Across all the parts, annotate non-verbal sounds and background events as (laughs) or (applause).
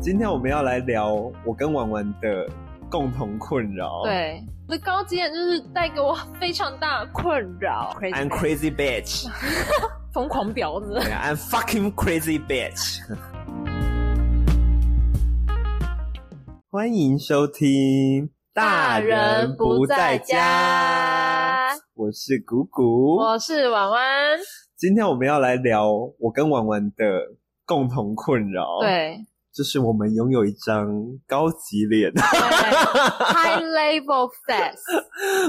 今天我们要来聊我跟婉婉的共同困扰。对，我的高级眼就是带给我非常大的困扰。 ，I'm crazy bitch，疯狂婊子。对，I'm fucking crazy bitch。欢迎收听《大人不在家》，我是谷谷，我是婉婉，今天我们要来聊我跟婉婉的共同困扰。。对就是我们拥有一张高级脸， (laughs) 对，high level face，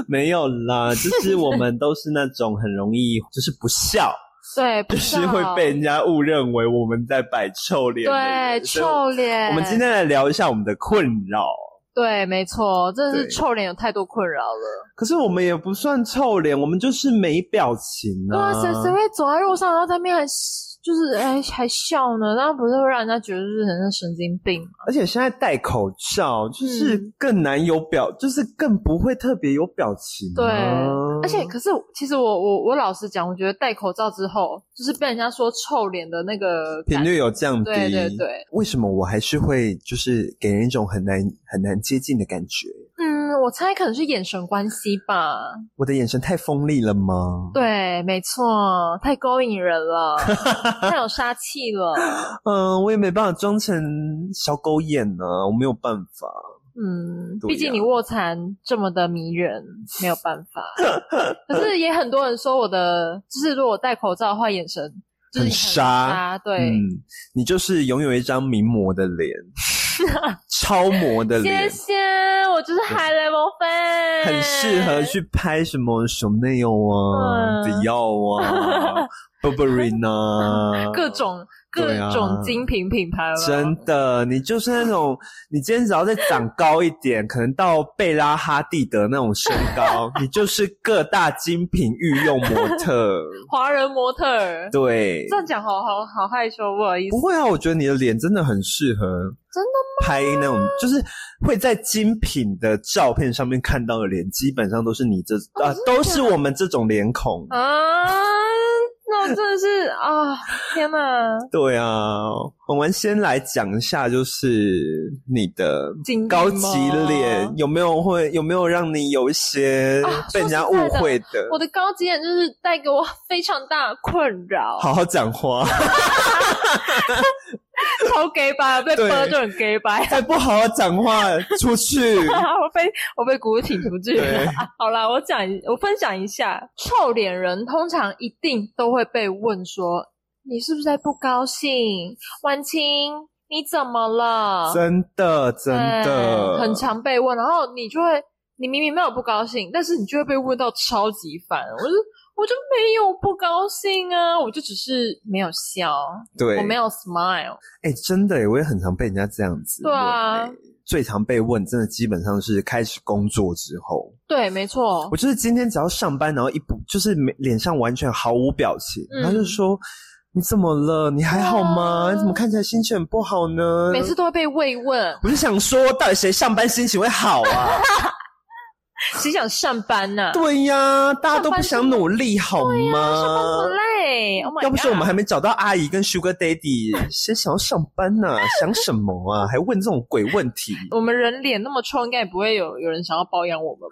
没有啦，就是我们都是那种很容易就是不孝，对， (laughs) 就不是知道会被人家误认为我们在摆臭脸的人。对所以我。臭脸。我们今天来聊一下我们的困扰，对，没错，真的是对臭脸有太多困扰了。可是我们也不算臭脸，我们就是没表情对啊啊，。谁谁会走在路上，然后在面还就是哎还笑呢？那不是会让人家觉得就是很像神经病吗？而且现在戴口罩，就是嗯更难有表，就是更不会特别有表情、对啊。而且，可是其实我我我老实讲，我觉得戴口罩之后，就是被人家说臭脸的那个频感率有降低，对对对。为什么我还是会就是给人一种很难很难接近的感觉？嗯，我猜可能是眼神关系吧。我的眼神太锋利了吗？对，没错，太勾引人了，太有杀气了。嗯，我也没办法装成小狗眼呢、啊我没有办法。(laughs) 嗯，对呀毕竟你卧蚕这么的迷人，没有办 (laughs) 法。可是也很多人说我的，就是如果戴口罩的话，眼神就是很杀杀对，嗯，你就是拥有一张名模的 (laughs) 脸，超模的谢脸，谢，我就是 high level fan，很适合。去拍什么 Chanel 啊、嗯迪奥 (laughs) 啊、Burberry 呢，各种各哦对啊种精品品牌了，啊真的，你就是那种，你今天只要再长高一点，可能到贝拉哈蒂德那种身高，你就是各大精品御用模 (laughs) 特。华人模特儿。对，这样讲好好好害羞，不好意思不。会啊，我觉得你的脸真的很适合，的真吗？拍那种就是会在精品的照片上面看到的脸，基本上都是你这哦啊、都是我们这种脸孔。啊，那我真的是啊，天哪！对啊，我们先来讲一下，就是你的经历高级吗脸有没有会有没有让你有一些啊被人家误会的？我的高级眼就是带给我非常大的困扰，好好讲话， (laughs) 超 gay 白，被对啵就很 gay 白。哎再不好好讲话出 (laughs) 去。我被我被鼓挺不住对。 (laughs) 好啦，我讲一我分享一下，臭脸人通常一定都会被问说，你是不是在不高兴？婉清，你怎么了？真的，真的，对哎很常被问，然后你就会，你明明没有不高兴，但是你就会被问到超级烦。我就我就没有不高兴啊，我就只是没有笑，对，我没有 smile。哎、真的耶，我也很常被人家这样子。哎对啊，最常被问，真的基本上是开始工作之后，对，没错我，就是今天只要上班，然后一不就是没脸上完全毫无表情，嗯然后就说你怎么了？你还好吗？对啊你怎么看起来心情很不好呢？每次都会被慰问，我就想说，到底谁上班心情会好啊？ (laughs) 谁想上班呐、对呀，大家都不想努力好好吗？累，Oh my god！要不是我们还没找到阿姨跟 Sugar Daddy，谁想要上班呢、想什么啊？还问这种鬼问题？我们人脸那么臭，应该也不会有有人想要包养我们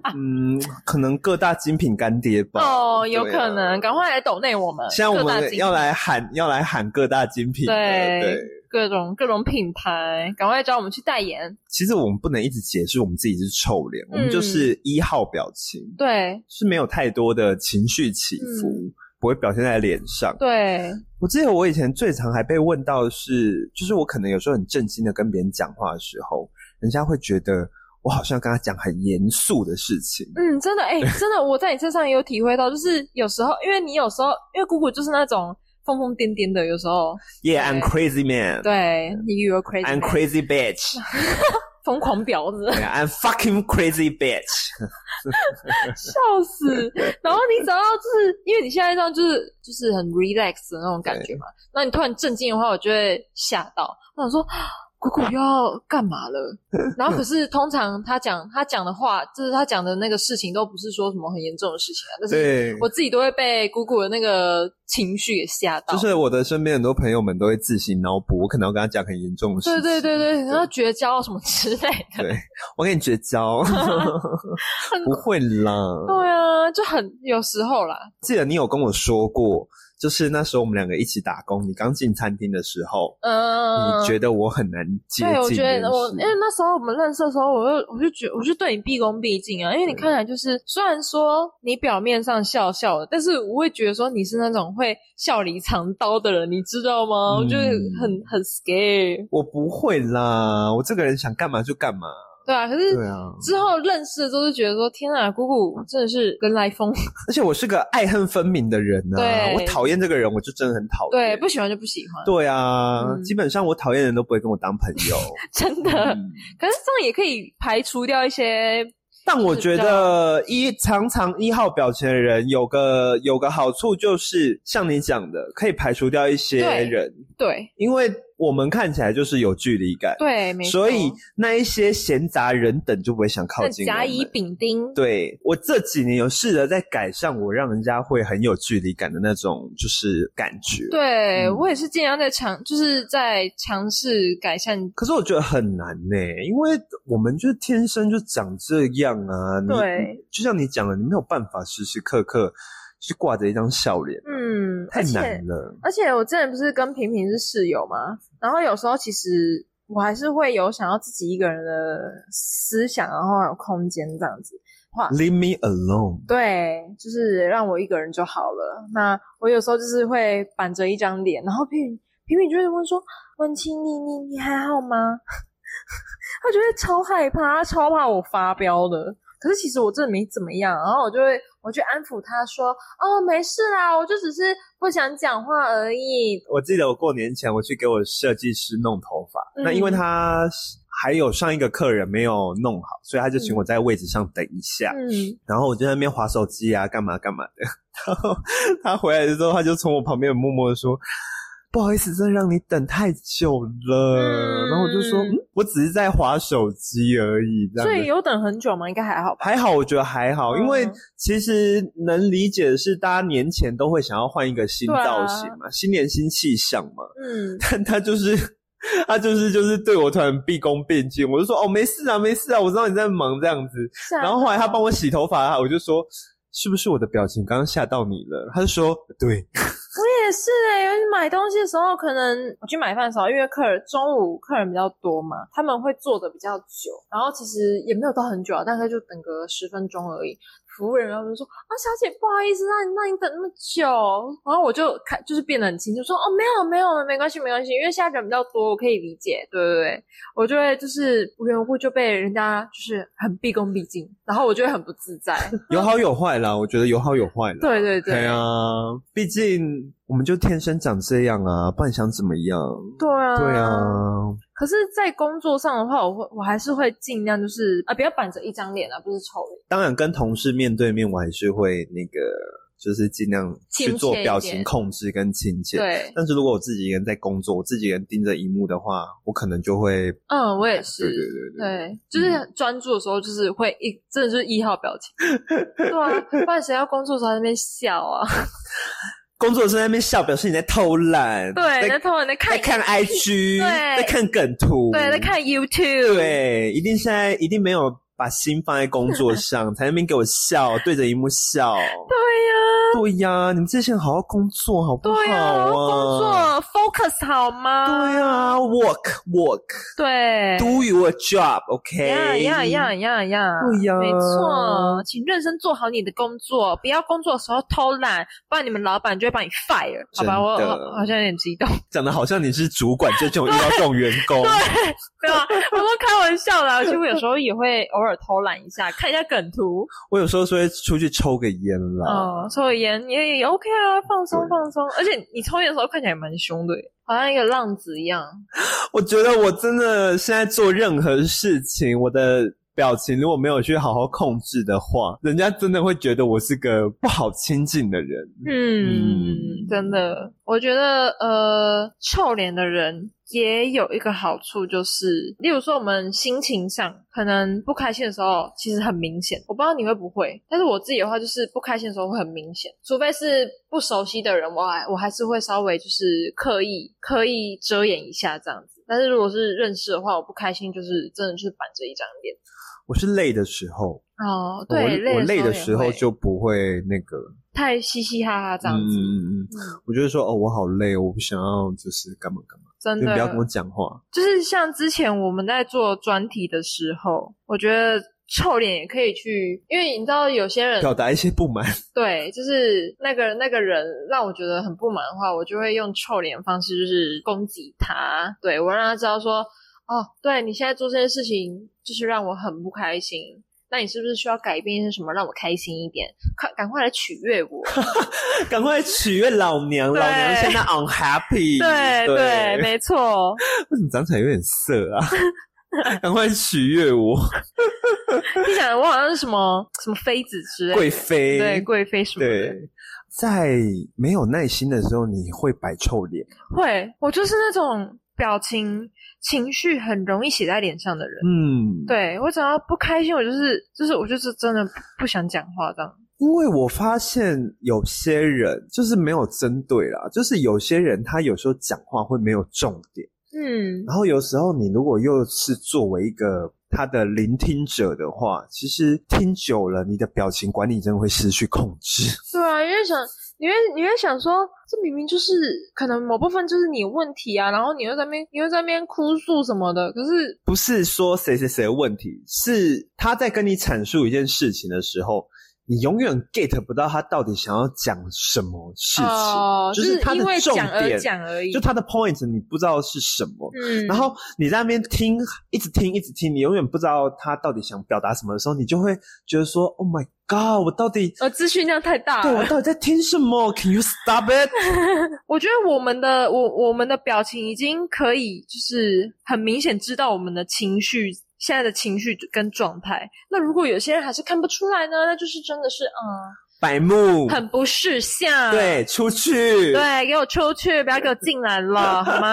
吧？嗯，可能各大精品干爹吧。哦，有对可啊能，赶快来抖内我们。现在我各大们精要来喊，要来喊各大精品的。对对，各种各种品牌，赶快找我们去代言。其实我们不能一直解释我们自己是臭脸，我们嗯就是一号表情，对是没有太多的情绪起伏，嗯不会表现在脸上。对，我记得我以前最常还被问到的是，就是我可能有时候很震惊的跟别人讲话的时候，人家会觉得我好像跟他讲很严肃的事情。嗯，真的，哎、 (laughs) 真的，我在你身上也有体会到，就是有时候，因为你有时候，因为姑姑就是那种疯疯癫癫的，有时候， (laughs) Yeah，I'm crazy man。对，you (laughs) are crazy， I'm man， crazy bitch. 疯狂婊子，对 I'm fucking crazy bitch. 笑死。然后你只要就是因为你现在这样，就是就是很 relax 的那种感觉嘛，然后你突然震惊的话，我就会吓到，我想说。姑姑又要干嘛了？然后可是通常他讲他讲的话，就是他讲的那个事情，都不是说什么很严重的事情啊。但是对，我自己都会被姑姑的那个情绪给吓到。就是我的身边很多朋友们都会自行脑补，我可能要跟他讲很严重的事对情。对对对，然后绝交什么之类的，对，我跟你绝交， (laughs) 很不会 (laughs) 啦。对啊，就很有时候啦，记得你有跟我说过，就是那时候我们两个一起打工，你刚进餐厅的时候，嗯，你觉得我很难接近对，我觉这件得我事因为那时候我们认识的时候，我就我就觉我就对你毕恭毕敬啊，因为你看起来就是虽然说你表面上笑笑的，但是我会觉得说你是那种会笑里藏刀的人，你知道嗯吗？我就很很 scare，我不会啦，我这个人想干嘛就干嘛。对啊，可是对。啊，之后认识了之后就觉得说，天啊，姑姑真的是跟来疯，而且我是个爱恨分明的人呐、啊，对我讨厌这个人，我就真的很讨对，厌。不喜欢就不喜欢，对啊，嗯基本上我讨厌的人都不会跟我当朋友。 (laughs) 真的。嗯可是这样也可以排除掉一些，但我觉啊得一常常一号表情的人有个有个好处，就是像你讲的，可以排除掉一些对人，对因为我们看起来就是有距离感，对，没错。所以那一些闲杂人等就不会想靠那近我甲乙们。丙丁，对我这几年有试着在改善我让人家会很有距离感的那种就是感觉，。对、嗯我也是尽量在尝，就是在尝试改善。可是我觉得很难呢、因为我们就天生就长这样啊。你对，就像你讲的，你没有办法时时刻刻去挂着一张笑脸，嗯，太而且难了。而且我之前不是跟平平是室友嘛，然后有时候其实我还是会有想要自己一个人的思想，然后有空间这样子。 Leave me alone。对，就是让我一个人就好了。那我有时候就是会板着一张脸，然后平平平平就会问说：“文青，你你你还好吗？” (laughs) 他就会超害怕，他超怕我发飙的。可是其实我真的没怎么样，然后我就会我去安抚他说：“哦，没事啦，我就只是不想讲话而已。我记得我过年前我去给我设计师弄头发，嗯那因为他还有上一个客人没有弄好，所以他就请我在位置上等一”下。嗯，然后我就在那边划手机啊，干嘛干嘛的。 (laughs) 然后他回来的时候，他就从我旁边默默的说：“不好意思，真的让你等太久了。嗯然后我就说：“嗯，我只是在划手机而已。”这所样以子。有等很久吗？应该还好吧。还好，我觉得还好，因为嗯其实能理解的是，大家年前都会想要换一个新对啊造型嘛，新年新气象嘛。 (laughs) 嗯，但他就是他就是就是对我突然毕恭毕敬，我就说哦没事啊没事啊，我知道你在忙这样子。吓 (laughs) 然后后来他到帮我洗头发，我就说是不是我的表情刚刚吓到你了？他就说对，我也是哎、欸，买东西的时候，可能我去买饭的时候，因为客人中午客人比较多嘛，他们会坐的比较久，然后其实也没有到很久啊，大概就等个十分钟而已。服务人员就说：“啊，小姐，不好意思，啊让你让你等那么久。”然后我就看，就是变得很轻，就说：“哦，没有没有，没关系没关系，因为现在人比较多，我可以理解。”对对对，我就会就是无缘无故就被人家就是很毕恭毕敬，然后我就会很不自在。有好有坏啦，我觉得有好有坏啦。对对对，对啊，毕竟我们就天生长这样啊，不然想怎么样？对啊，对啊，可是，在工作上的话，我会我还是会尽量就是啊，不要板着一张脸啊，不是丑脸。当然跟同事面对面，我还是会那个，就是尽量去做亲切一点表情控制跟亲切。对，但是如果我自己一个人在工作，我自己一个人盯着荧幕的话，我可能就会，嗯，我也对对是。对对，嗯对，就是专注的时候，就是会一真的就是一号表 (laughs) 情。对啊，不然谁要工作的时候在那边笑啊？ (laughs) 工作的时候在那边笑，表示你在偷懒，对，在在他们在看在，看 IG，对在看梗图，对，在，看 YouTube。，对，一定现在一定没有把心放在工作 (laughs) 上，才在那边给我笑，对着荧幕笑，对呀、对呀，你们这些人好好工作好不好对呀、啊？工作 focus 好吗？对呀，work work，do 对， your job，OK，呀呀呀呀呀！对呀没错，请认真做好你的工作，不要工作的时候偷懒，不然你们老板就会把你 fire。好吧，我真的我好像有点激动， (laughs) 讲的好像你是主管这种遇到这种员工，没有啊，我都开玩 (laughs) 笑啦。其实我有时候也会偶尔偷懒一下，看一下梗图，我有时候是会出去抽个烟啦。嗯，抽个烟也也 OK 啊，放松对放松。而且你抽烟的时候看起来也蛮凶的耶，好像一个浪子一样。我觉得我真的现在做任何事情，我的表情如果没有去好好控制的话，人家真的会觉得我是个不好亲近的人。嗯，真的，我觉得呃，臭脸的人也有一个好处，就是例如说我们心情上可能不开心的时候，其实很明显。我不知道你会不会，但是我自己的话就是不开心的时候会很明显，除非是不熟悉的人，我还我还是会稍微就是刻意刻意遮掩一下这样子。但是如果是认识的话，我不开心就是真的就是板着一张脸。我是累的时候，哦，我对，我累的的时也候会就不会那个太嘻嘻哈哈这嗯样子，嗯嗯嗯，我就会说哦，我好累，我不想要就是干嘛干嘛，真你的不要跟我讲话。就是像之前我们在做专题的时候，我觉得臭脸也可以去，因为你知道有些人表达一些不满， (laughs) 对，就是那个那个人让我觉得很不满的话，我就会用臭脸方式，就是攻击他，对我让他知道说，哦，对你现在做这件事情，就是让我很不开心。那你是不是需要改变一些什么，让我开心一点？快，赶快来取悦 (laughs) 我！赶快取悦老娘，老娘对现在 unhappy (laughs) 对对对，没错。为什么长起来有点色啊？ (laughs) 赶快取悦我，你想，我好像是什么什么妃子之类的，贵妃。对贵妃什么的。对在没有耐心的时候，你会摆臭脸。会，我就是那种表情情绪很容易写在脸上的人。嗯，，对我只要不开心，我就是就是我就是真的不不想讲话这样。因为我发现有些人就是没有针对啦，就是有些人他有时候讲话会没有重点，嗯，然后有时候你如果又是作为一个他的聆听者的话，其实听久了，你的表情管理真的会失去控制。 (laughs) 对啊，因为想你会你会想说，这明明就是可能某部分就是你问题啊，然后你又在那边你又在那边哭诉什么的，可是不是说谁谁谁的问题，是他在跟你阐述一件事情的时候，你永远 get 不到他到底想要讲什么事情，哦、就是是他的因为重讲而点讲而已，就他的 point 你不知道是什么。嗯，然后你在那边听，一直听，一直听，你永远不知道他到底想表达什么的时候，你就会觉得说：“Oh my god，我到底呃资讯量太大对了我。到底在听什么？Can you stop (laughs) it？” 我觉得我们的我我们的表情已经可以就是很明显知道我们的情绪现在的情绪跟状态。那如果有些人还是看不出来呢，那就是真的是嗯，百慕，很不识相。对，出去，对，给我出去，不要给我进来了，好吗？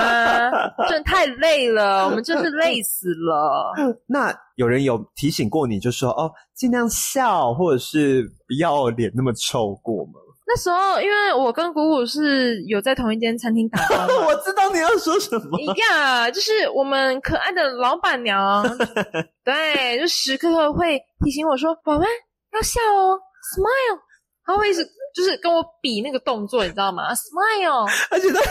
真的太累了，我们真是累死了。那有人有提醒过你，就说哦，尽量笑，或者是不要脸那么臭过吗？那时候因为我跟谷谷是有在同一间餐厅打工嘛， (laughs) 我知道你要说什么一样，啊 (laughs) 就是我们可爱的老板娘，对，就时刻刻会提醒我说：“宝贝，要笑哦，smile。”她会一直就是跟我比那个动作，你知道吗？smile，而且他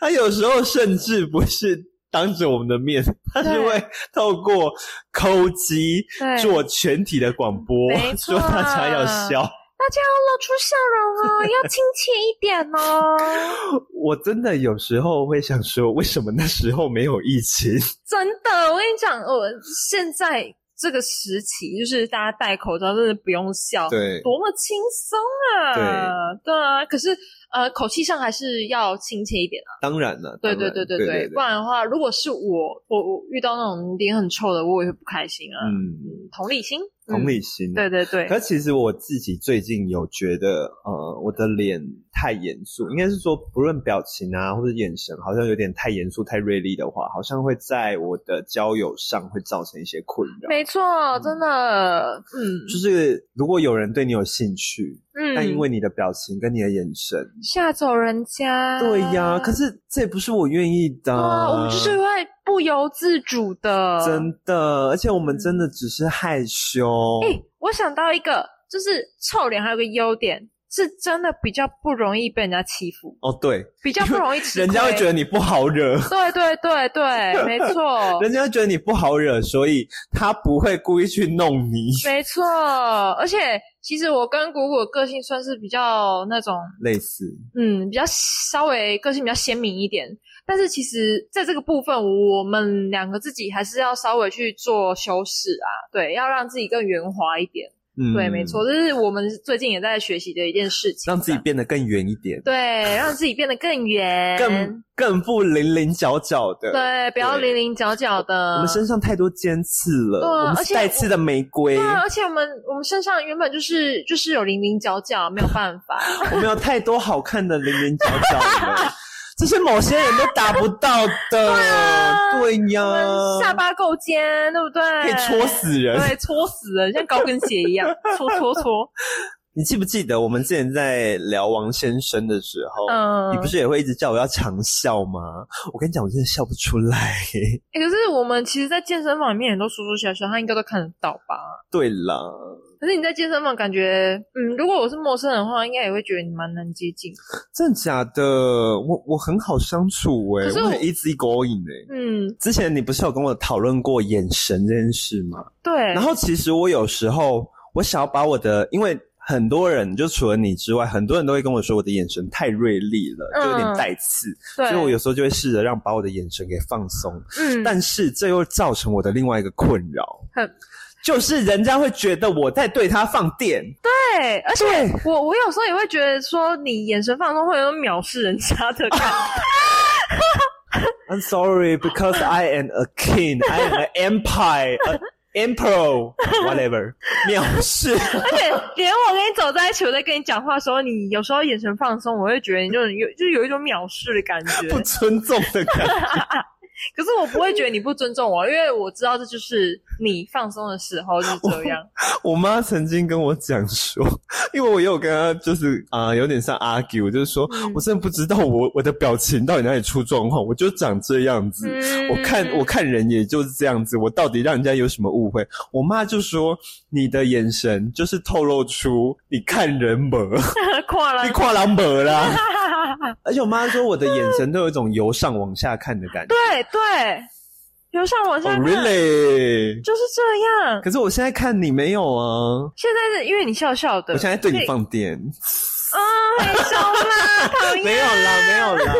他有时候甚至不是当着我们的面，他是对会透过抠机对，做全体的广播没，错说大家要笑。大家要露出笑容哦，要亲切一点哦。 (laughs) 我真的有时候会想说，为什么那时候没有疫情？真的，我跟你讲，我现在这个时期，就是大家戴口罩，真的不用笑，对多么轻松啊！对啊，可是呃，口气上还是要亲切一点。当然了，对当然对对对对对，不然的话，如果是我，我我遇到那种脸很臭的，我也会不开心啊。嗯，同理心，同嗯、理心、对对对，可其实我自己最近有觉得，呃，我的脸太严肃，应该是说不论表情啊或者眼神，好像有点太严肃、太锐利的话，好像会在我的交友上会造成一些困扰。没错，真的，嗯就是如果有人对你有兴趣，嗯，但因为你的表情跟你的眼神，吓走人家，对呀，可是是这也不是我愿意的。嗯啊，我们就是会不由自主的，真的，而且我们真的只是害羞。哎、我想到一个，就是臭脸还有个优点，是真的比较不容易被人家欺负，哦，对，比较不容易吃亏， (laughs) 人家会觉得你不好惹。，对对对对，没 (laughs) 错人家觉得你不好惹，所以他不会故意去弄你。没错，而且其实我跟谷谷的个性算是比较那种，类似，嗯，比较稍微个性比较鲜明一点。但是其实在这个部分，我们两个自己还是要稍微去做修饰啊，对，要让自己更圆滑一点。嗯对，没错，，这是我们最近也在学习的一件事情，让自己这样变得更圆一点，对，让自己变得更圆，更更不棱棱角角的。，对，不要对零零角角的。我们身上太多尖刺了，对啊我们嗯而是且带刺的玫瑰对，啊，而且我们我们身上原本就是就是有零零角角，没有办法。 (laughs) 我们有太多好看的棱棱角角 (laughs) 了，这是某些人都达不到的。对呀、啊我们下巴够尖，对不对？可以戳死人。对，戳死人，像高跟鞋一 (laughs) 样，戳戳戳。你记不记得我们之前在聊王先生的时候，哦嗯，你不是也会一直叫我要长笑吗？我跟你讲，我真的笑不出来。欸可是我们其实，在健身房里面也都说说笑笑，他应该都看得到吧？对啦，可是你在健身房感觉，嗯，如果我是陌生人的话，应该也会觉得你蛮难接近。真的假的？我我很好相处哎、可是我我很 easy going 哎、嗯，之前你不是有跟我讨论过眼神这件事吗？对。然后其实我有时候我想要把我的，因为很多人就除了你之外，很多人都会跟我说我的眼神太锐利了，就有点嗯带刺，对，所以我有时候就会试着让把我的眼神给放松。嗯，但是这又造成我的另外一个困扰哼，就是人家会觉得我在对他放电。对，而且对我我有时候也会觉得说，你眼神放松会有藐视人家的 (laughs) 感觉。 I'm sorry because I am a king, I am an empire, a emperor, (laughs) whatever，藐视。而且连我跟你走在一起，我在跟你讲话的时候，你有时候眼神放松，我会觉得你就有就是有一种藐视的感觉。不尊重的感觉，可是我不会觉得你不尊重我，因为我知道这就是你放松的时候就是这样。我妈曾经跟我讲说，因为我也有跟她就是啊、有点像 argue，就是说、嗯我真的不知道我我的表情到底哪里出状况，我就长这样子。嗯我看我看人也就是这样子，我到底让人家有什么误会？我妈就说你的眼神就是透露出你看人 (laughs) 没，跨了你， (laughs) 跨狼没啦。而且我妈说我的眼神都有一种由上往下看的 (laughs) 感觉。对对，由上往哦、下看 r e a l l y 就是这样。可是我现在看你没有啊，现在是因为你笑笑的，我现在对你所以放电，啊，害羞啦，讨 (laughs) 没厌。有啦，没有啦，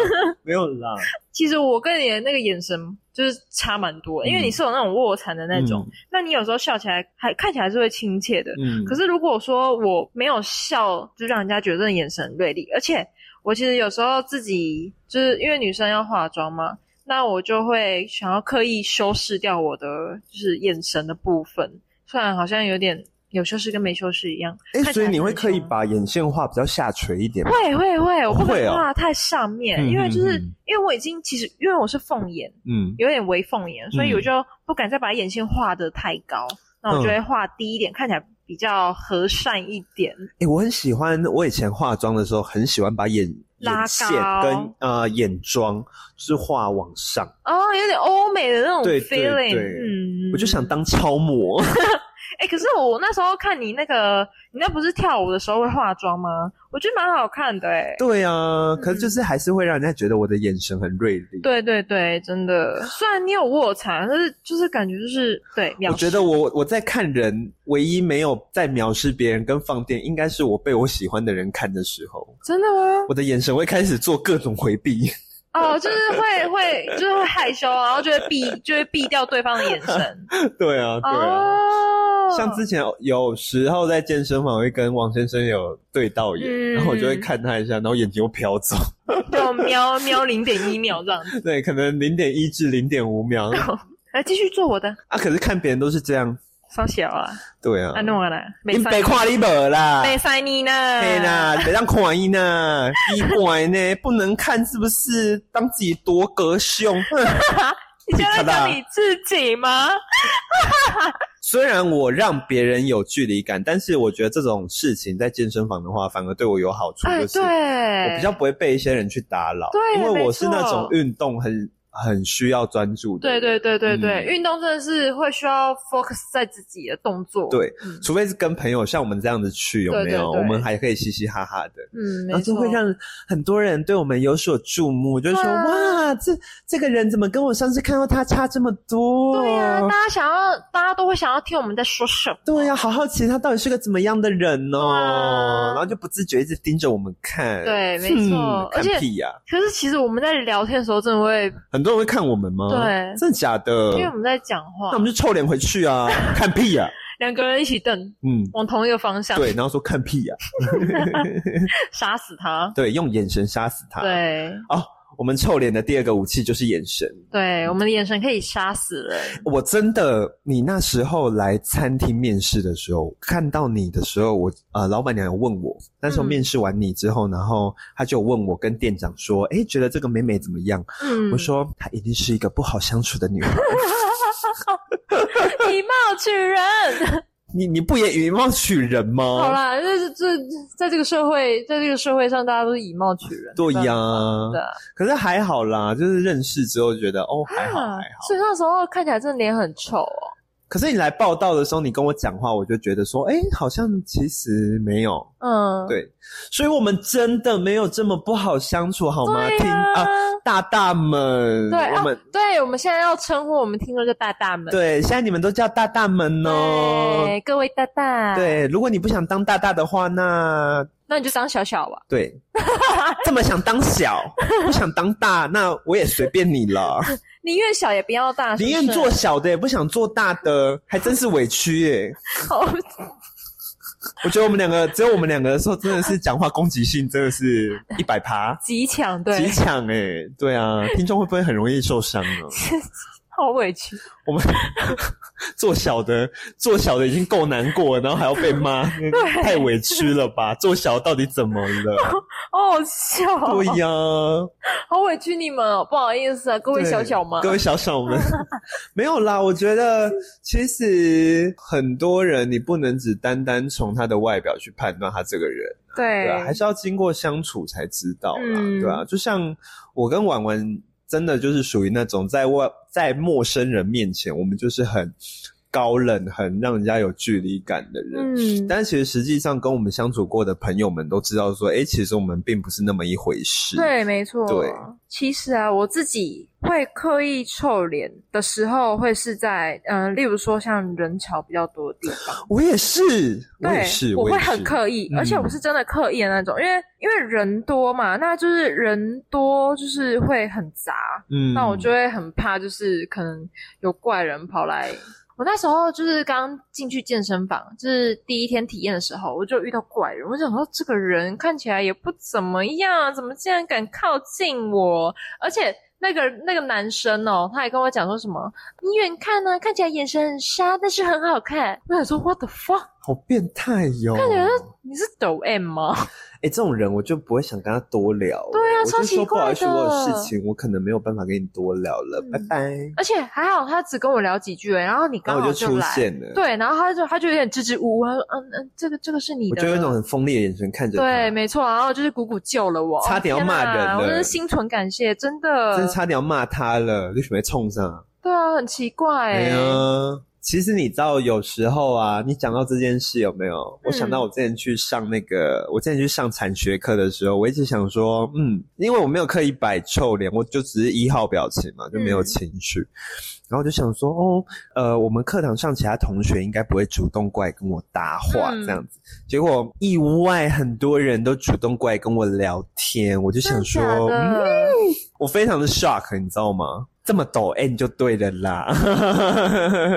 没有啦，其实我跟你的那个眼神就是差蛮多，因为嗯你是有那种卧蚕 (laughs) 的那种，那你有时候笑起来还看起来是会亲切的。嗯，嗯可是如果说我没有笑，就让人家觉得这眼神很锐利，而且我其实有时候自己就是因为女生要化妆嘛，那我就会想要刻意修饰掉我的就是眼神的部分，虽然好像有点有修饰跟没修饰一样。哎、看起所以来你会很刻意凶把眼线画比较下垂一点吗？会会会，我不会敢哦画太上面，嗯因为就是、嗯嗯因为我已经其实因为我是凤眼，嗯，有点微凤眼，所以我就不敢再把眼线画得太高，那嗯我就会画低一点，看起来比较和善一点。哎、我很喜欢，我以前化妆的时候很喜欢把眼拉眼线高跟呃眼妆就是画往上，哦，有点欧美的那种对对 feeling，对嗯，我就想，当超模。 (laughs) 哎、可是我那时候看你那个，你那不是跳舞的时候会化妆吗？我觉得蛮好看的、哎，对啊，可是就是还是会让人家觉得我的眼神很锐利。嗯对对对，真的，虽然你有卧蚕，但是就是感觉就是对，我藐觉视得我我在看人，唯一没有在藐视别人跟放电，应该是我被我喜欢的人看的时候，真的吗？我的眼神会开始做各种回避。 (laughs) 哦，就是会会就是会害羞，然后就会避 (laughs) 就会避掉对方的眼神。对啊，对啊。哦，像之前有时候在健身房会跟王先生有对到眼，嗯然后我就会看他一下，然后眼睛又飘走，就瞄瞄零点一秒这样子，对，可能零点一至零点五秒来继续做我的啊。可是看别人都是这样，烧小啊，对啊啊，弄啊啦，没你塞别看你没啦，没塞你呢，对啦，别让看伊呢，奇怪呢，不能看是不是？当自己多格凶。 (laughs) 你现在啊讲你自己吗？虽然我让别人有距离感，但是我觉得这种事情在健身房的话，反而对我有好处，哎，就是对，我比较不会被一些人去打扰，对因为我是没错那种运动很很需要专注的对人，对对对对，嗯运动真的是会需要 focus 在自己的动作，对嗯，除非是跟朋友像我们这样子去，有没对对有？对我们还可以嘻嘻哈哈的，嗯，然后没就错，会让很多人对我们有所注目，就会说对啊哇，这这个人怎么跟我上次看到他差这么多？对啊呀，大家想要，大家都会想要听我们在说什么，对呀、啊好好奇他到底是个怎么样的人哦，对啊然后就不自觉一直盯着我们看。对，没哼，错，而嗯看且屁呀、可是其实我们在聊天的时候，真的会，很多人会看我们吗？对真的假的？因为我们在讲话那 (laughs) 我，们就臭脸回去啊，看屁呀、两个人一起瞪，嗯，往同一个方向，对，然后说看屁呀、杀死他。对，用眼神杀死他。，对哦，我们臭脸的第二个武器就是眼神。对，我们的眼神可以杀死人。我真的，你那时候来餐厅面试的时候，看到你的时候，我呃，老板娘有问我，那时候嗯面试完你之后，然后他就问我跟店长说，诶，觉得这个美美怎么样？嗯，我说她一定是一个不好相处的女孩。嗯以貌取人。 (laughs) 你你不也以貌取人吗？好啦，这这在这个社会，在这个社会上，大家都是以貌取人。对呀、对啊，可是还好啦，就是认识之后觉得哦还 (laughs) 好还好。啊所以那时候看起来真的脸很丑哦。可是你来报道的时候，你跟我讲话，我就觉得说，哎、好像其实没有，嗯，对，所以我们真的没有这么不好相处，好吗？对听呀、啊，大大们，对我们、啊，对，我们现在要称呼我们听众叫大大们。对，现在你们都叫大大们哦。对，各位大大，，对，如果你不想当大大的话，那那你就当小小吧。 (laughs) 对，这么想当小，不想当大，那我也随便你 (laughs) 了。宁愿小也不要大，宁愿是不做是小的，也不想做大的，还真是委屈耶、 (laughs) 好我觉得我们两个，只有我们两个的时候，真的是讲话攻击性真的是一百趴，极强，极对，强哎，对啊，听众会不会很容易受伤呢？ (laughs) 好委屈。我们 (laughs) 做小的，做小的已经够难过了，然后还要被骂，太委屈了吧？做小到底怎么了？好好笑哦，对呀、好委屈你们哦，不好意思啊， (laughs) 各位对小小们，各位小小 (laughs) 们，没有啦。我觉得其实很多人，你不能只单单从他的外表去判断他这个人，对对啊，还是要经过相处才知道啦，嗯对啊，就像我跟婉婉，真的就是属于那种在外在陌生人面前，我们就是很高冷、很让人家有距离感的人。嗯，但其实实际上跟我们相处过的朋友们都知道说，哎、其实我们并不是那么一回事。对，没错。对，其实啊，我自己会刻意臭脸的时候，会是在嗯、呃例如说像人潮比较多的地方，我也是，我也对，是，我也会是很刻意，嗯而且我是真的刻意的那种，因为因为人多嘛，那就是人多就是会很杂，嗯，那我就会很怕，就是可能有怪人跑来。我那时候就是刚进去健身房，就是第一天体验的时候，我就遇到怪人。我想说，这个人看起来也不怎么样，怎么竟然敢靠近我？而且那个那个男生哦，他还跟我讲说什么，你远看呢、看起来眼神很杀，但是很好看。我想说，what the fuck？好变态哟、看起来你是抖 M 吗？ (laughs) 哎、这种人我就不会想跟他多聊欸。对啊我就超奇说不好意思，怪的我有事情，我可能没有办法跟你多聊了，嗯拜拜。而且还好，他只跟我聊几句、欸，然后你然刚后好我就出来。现了，，对，然后他就他就有点支支吾吾，他说：“嗯嗯，这个这个是你我的。”就用一种很锋利的眼神看着他，对，没错，然后就是姑姑救了我，啊差点要骂人天哪我了真是心存感谢，真的，真是差点要骂他了，就准备冲上。对啊，很奇怪、哎欸，呀，其实你知道，有时候啊，你讲到这件事有没有？嗯我想到我之前去上那个，我之前去上产学课的时候，我一直想说，嗯，因为我没有刻意摆臭脸，我就只是一号表情嗯嘛，就没有情绪。然后就想说，哦，呃，我们课堂上其他同学应该不会主动过来跟我搭话、嗯这样子。结果意外，很多人都主动过来跟我聊天，我就真想的说，假嗯的？我非常的 shock，你知道吗？这么抖 N 就对了啦。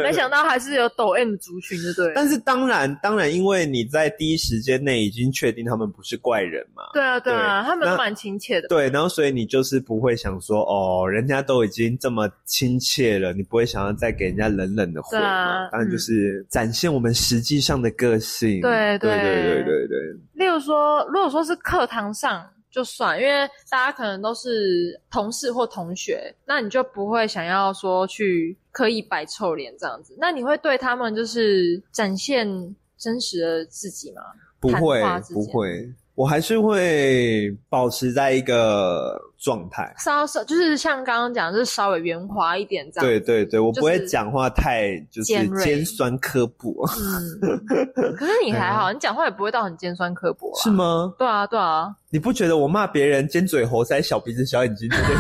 没想到还是有抖 M 族群，对不对？嗯但是当然，当然，因为你在第一时间内已经确定他们不是怪人嘛，对啊，对啊，他们那都蛮亲切的，对，然后所以你就是不会想说，哦，人家都已经这么亲切了，你不会想要再给人家冷冷的回对嘛？啊当然就是展现我们实际上的个性。对对对对对对对，例如说，如果说是课堂上就算，因为大家可能都是同事或同学，那你就不会想要说去刻意摆臭脸这样子。那你会对他们就是展现真实的自己吗？不会谈话之间不会，我还是会保持在一个状态。稍稍就是像刚刚讲，就是稍微圆滑一点这样。对对对，我就不会是讲话太就是尖锐尖酸刻薄，嗯， (laughs) 可是你还好，你讲话也不会到很尖酸刻薄啦。是？吗？对啊，对啊，你不觉得我骂别人尖嘴猴腮、小鼻子、小眼睛这件 (laughs) 事，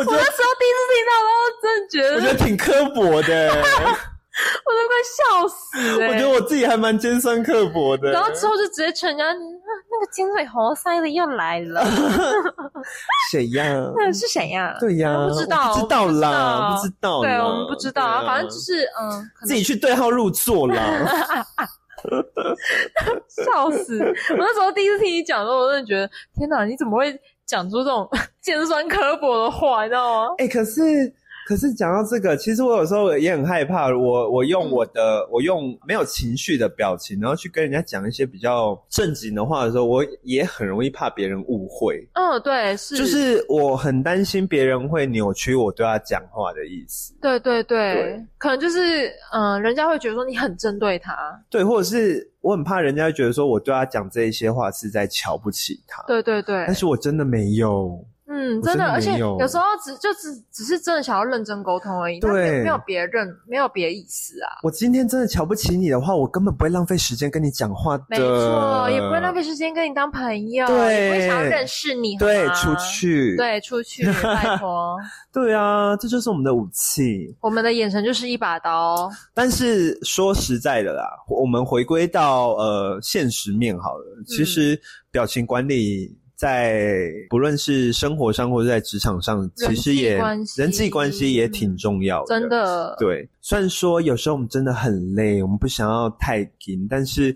我觉我那得时候第一次听到，然后真的觉得我觉得挺刻薄的，我都快笑死我哎、觉得我自己还蛮尖酸刻薄的。然后之后就直接趁人家、啊、那那个尖嘴猴腮的又来了， (laughs) 谁呀？那是谁呀？对呀，我不知道我不知道啦，我不不知道啦，对，我们不知道啊，对反正就是嗯，可自能己去对号入座 (laughs) 啦。笑死！我那时候第一次听你讲的时候，我真的觉得天哪，你怎么会讲出这种 (laughs) 尖酸刻薄的话？你知道吗？哎、可是可是讲到这个，其实我有时候也很害怕，我我用我的、嗯我用没有情绪的表情，然后去跟人家讲一些比较正经的话的时候，我也很容易怕别人误会。嗯，对，是，就是我很担心别人会扭曲我对他讲话的意思，对对对，对可能就是嗯、人家会觉得说你很针对他，对，或者是我很怕人家会觉得说我对他讲这一些话是在瞧不起他，对对对但，是我真的没有，嗯，哎我真真的的，而且没有有时候只就只只是真的想要认真沟通而已，他对没有别任没有别意思啊，我今天真的瞧不起你的话，我根本不会浪费时间跟你讲话的，没错，也不会浪费时间跟你当朋友，对也不会想要认识你，对，好吗出，去，，对，出去，拜 (laughs) 托，对啊，这就是我们的武器。我们的眼神就是一把刀，但是说实在的啦，我们回归到呃现实面好了。其实表情管理在不论是生活上或者在职场上，人其际实也关系人际关系也挺重要的。真。的，对，虽然说有时候我们真的很累，我们不想要太紧，但是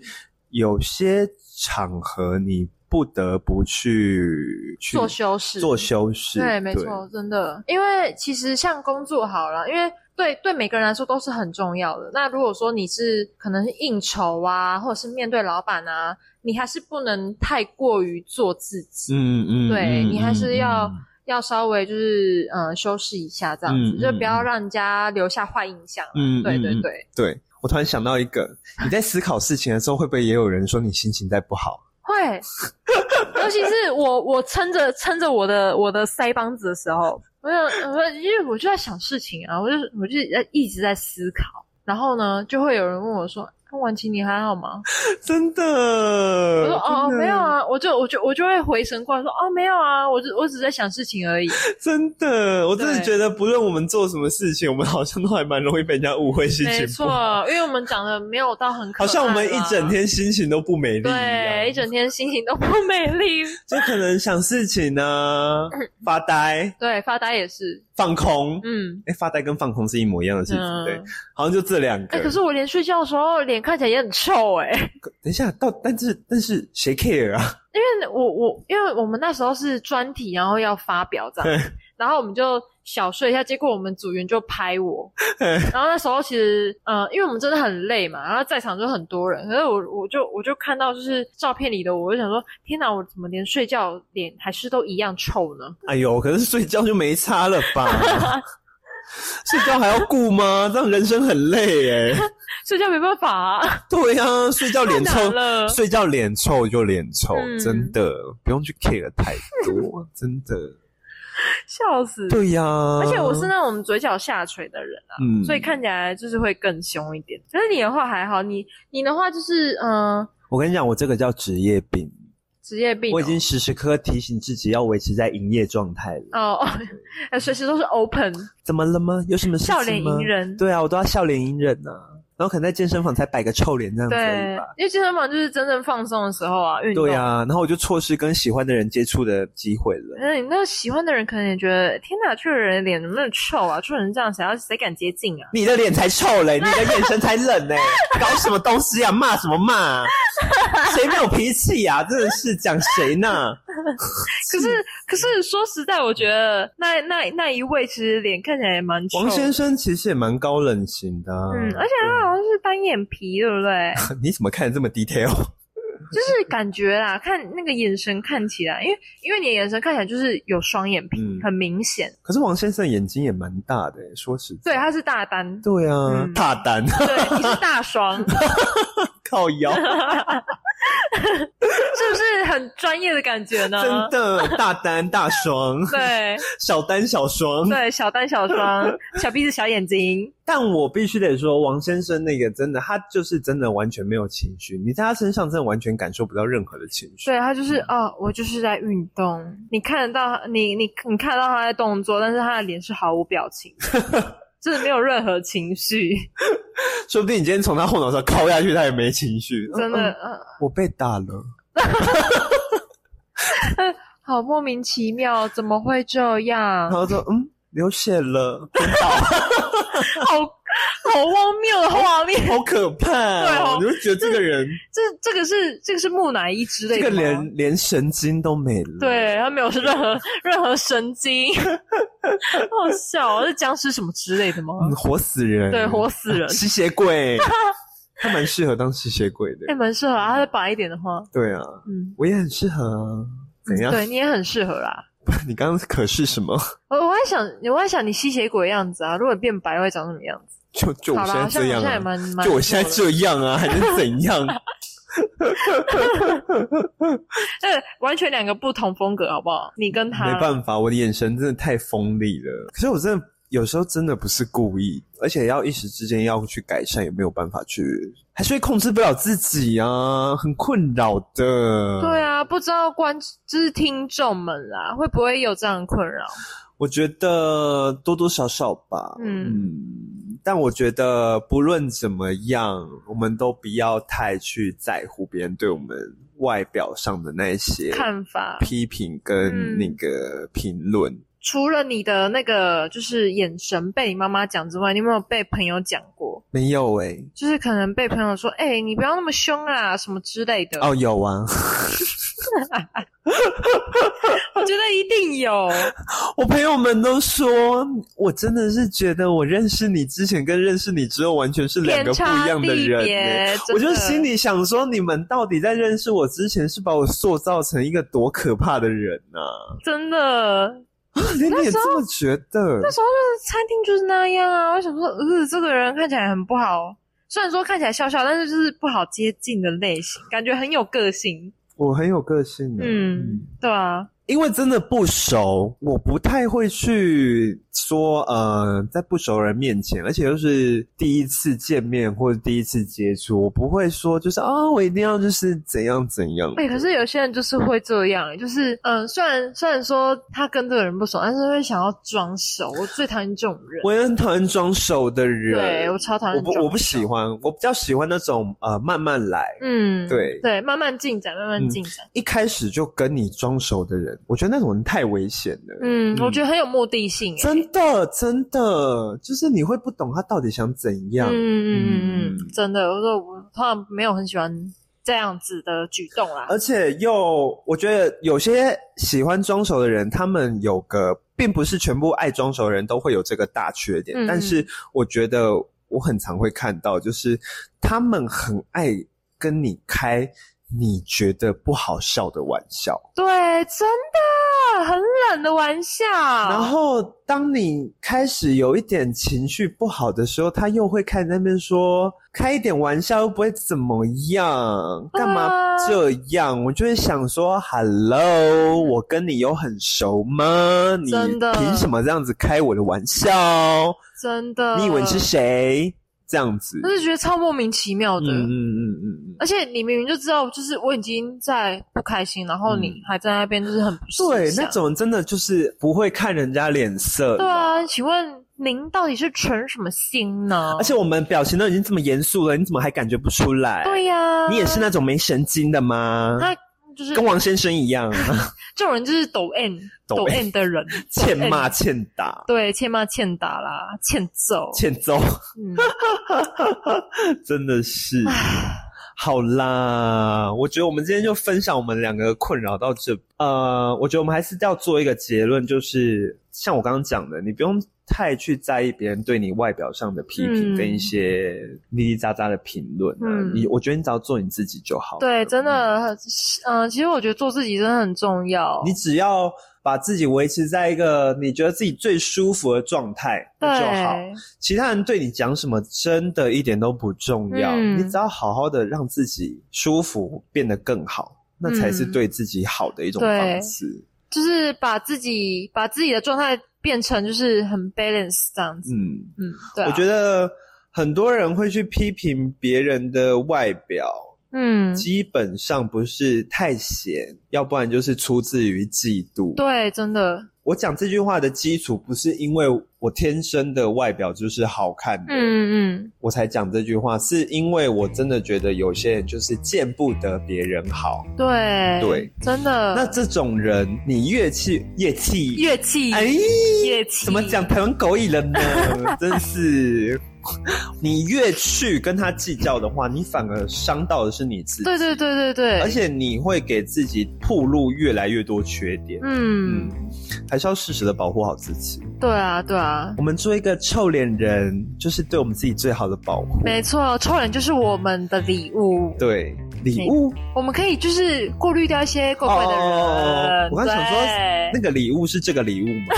有些场合你不得不去去做修饰，做修饰。对，没错，真的，因为其实像工作好了，因为对对每个人来说都是很重要的。那如果说你是可能是应酬啊，或者是面对老板啊，你还是不能太过于做自己，嗯嗯，对嗯你还是要嗯要稍微就是嗯修饰一下这样子，嗯就嗯不要让人家留下坏印象啦。嗯对嗯对嗯对，对我突然想到一个，你在思考事情的时候，会不会也有人说你心情在不好？会，尤其是我我撑着撑着我的我的腮帮子的时候，我有我因为我就在想事情啊，我就我就在一直在思考，然后呢，就会有人问我说：“啊婉琪，你还好吗 (laughs) 真的？”我我说：“哦，没有，啊。”我就我就我就会回神过来说：“哦，没有啊，我就我只是在想事情而已。真的，我真的对觉得，不论我们做什么事情，我们好像都还蛮容易被人家误会”心没情不错好，，因为我们长得没有到很可好爱啦像我们一整。天心情都不美丽一样对，一整天心情都不美丽。就可能想事情呢、 (laughs) 发呆、对，发呆也是，放空。嗯哎、发呆跟放空是一模一样的事情，嗯。对，好像就这两个。哎、可是我连睡觉的时候脸看起来也很臭哎、等一下，到但是但是谁 care 啊？因为我我因为我们那时候是专题，然后要发表这样，然后我们就小睡一下，结果我们组员就 (laughs) 拍我，然后那时候其实呃，因为我们真的很累嘛，然后在场就很多人，可是我我就我就看到就是照片里的我，我就想说天哪，我怎么连睡觉脸还是都一样臭呢？ (laughs) 哎呦，可是睡觉就没差了吧？ (laughs) 睡觉还要顾吗？这样人生很累 (laughs) 哎、睡觉没办法、啊，对呀、睡觉脸太臭 (laughs) 难，了，睡觉脸臭就脸臭，嗯真的不用去 care 太 (laughs) 多，真的。笑死。对呀、而且我是那种嘴角下垂的人啊，嗯所以看起来就是会更凶一点。可是你的话还好，你你的话就是嗯、呃我跟你讲，我这个叫职业病，职业病哦、我已经时时刻刻提醒自己要维持在营业状态了。哦，哦 (laughs) 随时都是 open，怎么了吗？有什么事情笑吗？脸迎人。对啊，我都要笑脸迎人呐、然后可能在健身房才摆个臭脸这样子而对已吧。，因为健身房就是真正放松的时候啊，运动。对呀、然后我就错失跟喜欢的人接触的机会了。那你那喜欢的人可能也觉得，天哪，这个人脸怎么那么臭啊？臭成这样，谁要谁敢接近啊？你的脸才臭 (laughs) 嘞，你的眼神才冷嘞，搞什么东西啊？骂什么骂、 (laughs) 啊？谁没有脾气呀、真的是讲谁呢？可是，可是说实在，我觉得那那那一位其实脸看起来也蛮 (laughs) 臭的。王先生其实也蛮高冷型的、啊，嗯，而且他好像是单眼皮，对不 (laughs) 对？且你怎么看得这么 detail？ (laughs) 就是感觉啦，看那个眼神看起来，因为因为你的眼神看起来就是有双眼皮，嗯很明显。可是王先生眼睛也蛮大的、欸说实在，对，他是大 (laughs) 单，对啊，嗯大胆 (laughs) 对，你是大双。靠腰， (laughs) 是不是很专业的感觉呢？真的大单大双，对小单小双，对，小单小 (laughs) 双，小鼻子小眼睛，但我必须得说，王先生那个真的，他就是真的完全没有情绪，你在他身上真的完全感受不到任何的情绪。对他就是哦，我就是在运动，你看得到你你你看得到他的动作，但是他的脸是毫无表情的， (laughs) 就是没有任何情绪，说不定嗯呃你今天从他后脑勺敲下去，他也没情绪。嗯真的嗯呃我被打了，好莫名其妙，怎么会这样？然后说嗯，流血 (laughs) 了，昏倒，好好荒谬的画面。好可怕、对哦哦！你会觉得这个 (laughs) 人，这这个是这个是木乃伊之类这的个吗连连神经都没了。对，他没有任 (laughs) 何任何神经，好笑哦，是僵尸什么之类的吗？嗯，啊活死人，对，活死人，吸血 (laughs) 鬼，他蛮适合当吸血鬼的哎、。蛮适合啊，他白一点的话，对啊，嗯，我也很适合啊。怎样？对你也很适合啦。 (laughs) 你刚刚可是什么？我我在想，我在想你吸血鬼的样子啊，如果你变白会长什么样子？就就我好现啦，好在像这好样像也啊，蛮蛮，就我现在这这，样啊，还能怎样？哎，完全两个不同风格，好不好？你跟 (laughs) 他没办法，我的眼神真的太锋利了。可是我真的有时候真的不是故意，而且要一时之间要去改善，也没有办法去，还是会控制不了自己啊，很困扰的。对，啊，不知道观就是听众们啦，会不会有这样的困扰？我觉得多多少少吧，嗯嗯但我觉得不论怎么样，我们都不要太去在乎别人对我们外表上的那一些看法，批评跟嗯那个评论。除了你的那个就是眼神被你妈妈讲之外，你有没有被朋友讲过？没有欸诶、就是可能被朋友说：“哎、你不要那么凶啊，什么之类 (laughs) 的。”哦，有啊，我觉得一定有， (laughs) 我朋友们都说，我真的是觉得我认识你之前跟认识你之后完全是 (laughs) 两天个不一差样的地人、欸。别。我真就的心里想说，你们到底在认识我之前是把我塑造成一个多可怕的人呢、真的，连你也这么觉得？那时候就是餐厅就是那样啊。我想说，呃，这个人看起来很不好，虽然说看起来笑笑，但是就是不好接近的类型，感觉很有个性。我很有个性的、嗯，对啊，因为真的不熟，我不太会去说，呃，在不熟人面前，而且又是第一次见面或者第一次接触，我不会说就是啊、我一定要就是怎样怎样。哎、可是有些人就是会这样，就是嗯，虽然虽然说他跟这个人不熟，但是会想要装熟。我最讨厌这种人，我也很讨厌装熟的人，对我超讨我厌不这种我不喜欢，我比较喜欢那种呃慢慢来，嗯，对对，慢慢进展，慢慢嗯进展。一开始就跟你装熟的人，我觉得那种人太危险了。嗯，我嗯觉得很有目的性、欸，真的，真的，就是你会不懂他到底想怎样。嗯嗯嗯啊嗯嗯，真的，我说我通常没有很喜欢这样子的举动啦。而且又，我觉得有些喜欢装熟的人，他们有个，并不是全部爱装熟的人都会有这个大缺点。嗯嗯但是我觉得我很常会看到，就是他们很爱跟你开你觉得不好笑的玩笑，对，真的很冷的玩笑。然然后当你开始有一点情绪不好的时候，他又会开始在那边说开一点玩笑又不会怎么样，干嘛啊这样？我就会想说，Hello，我跟你有很熟吗？你真的凭什么这样子开我的玩笑？真的，你以为你是？谁？这样子，嗯我是觉得超莫名其妙嗯的。嗯嗯嗯嗯，而且你明明就知道，就是我已经在不开心，然后你嗯还在那边就是很不识对，相那种真的就是不会看人家脸色，对啊，请问您到底是存什么心呢？而且我们表情都已经这么严肃了，你怎么还感觉不出来？对呀、你也是那种没神经的吗？呃他就是跟王先生一样， (laughs) 这种人就是抖 N 抖抖 M N 的人，欠抖 M 骂、欠打、对，欠骂、欠打啦，(laughs) 欠揍。欠揍，嗯，真的是。好啦，我觉得我们今天就分享我们两个困扰到这。呃，我觉得我们还是要做一个结论，就是像我刚刚讲的，你不用太去在意别人对你外表上的批评嗯跟一些哩哩喳喳的评论、啊。嗯你我觉得你只要做你自己就好了。对，真嗯的，嗯、其实我觉得做自己真的很重要。你只要把自己维持在一个你觉得自己最舒服的状态就好。对，其他人对你讲什么，真的一点都不重要。嗯你只要好好的让自己舒服，变得更好，那才是嗯对自己好的一种方式。就是把自己把自己的状态变成就是很 balance 这样子。嗯，嗯，对啊、我觉得很多人会去批评别人的外表，嗯，基本上不是太闲，要不然就是出自于嫉妒。对，真的，我讲这句话的基础不是因为我天生的外表就是好看的，嗯嗯我才讲这句话，是因为我真的觉得有些人就是见不得别人好。嗯，对对，真的。那这种人，你越气越气乐器，哎，越气怎么讲台湾狗语了 (laughs) 呢？真是，你越去跟他计较的话，你反而伤到的是你自己，对对对对对，而且你会给自己铺路越来越多缺点。嗯，，嗯还是要适时的保护好自己。对啊对啊，我们做一个臭脸人，就是对我们自己最好的保护。没错，臭脸就是我们的礼物，对，礼物我们可以就是过滤掉一些怪怪的人。哦我刚想说对那个礼物是这个礼物吗？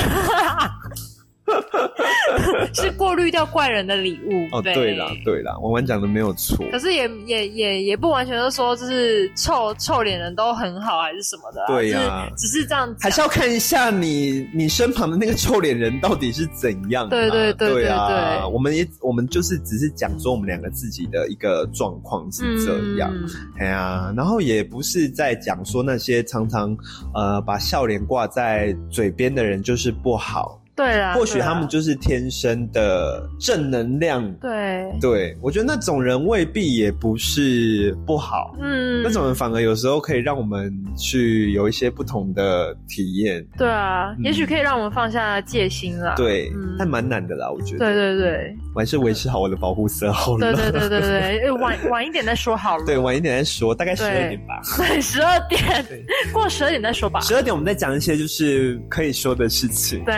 是过滤掉怪人的礼物。哦，对啦，对啦，婉婉讲的没有错。可是也也也也不完全是说就是臭臭脸人都很好还是什么的啦，对呀就是只是这样子。还是要看一下你你身旁的那个臭脸人到底是怎样、啊。对对对对啊对我们也我们就是只是讲说我们两个自己的一个状况是这样。嗯哎呀，然后也不是在讲说那些常常呃把笑脸挂在嘴边的人就是不好，对啦，或许啊对啦他们就是天生的正能量。对，对，我觉得那种人未必也不是不好，嗯，那种人反而有时候可以让我们去有一些不同的体验。对啊，嗯也许可以让我们放下戒心啦。对，嗯但蛮难的啦，我觉得。对对 (laughs) 对我还是维持好我的保护色好了。对对对对对，呃晚晚一点再说好了。对晚一点再说，大概十对二点吧。对，十二点对，过十二点再说吧。十二点我们再讲一些就是可以说的事情。对，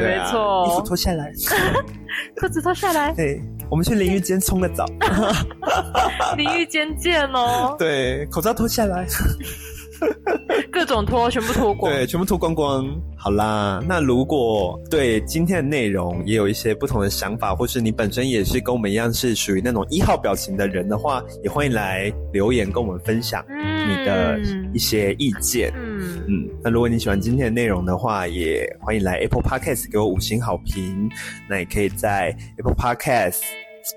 对没啊衣服错，脱下来。裤子脱下来，对，我们去淋浴间冲个澡。淋浴间见 (laughs) 哦。对，口罩脱下来。各种脱，全部脱光。对，全部脱光光。好啦，那如果对今天的内容也有一些不同的想法，或是你本身也是跟我们一样是属于那种一号表情的人的话，也欢迎来留言跟我们分享嗯，你的一些意见。嗯，嗯，那如果你喜欢今天的内容的话，也欢迎来 Apple Podcast 给我五星好评。那也可以在 Apple Podcast、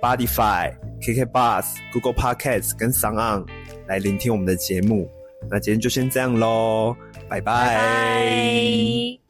Spotify、KK Bus、Google Podcast 跟 s o n 来聆听我们的节目。那今天就先这样喽，拜拜拜拜。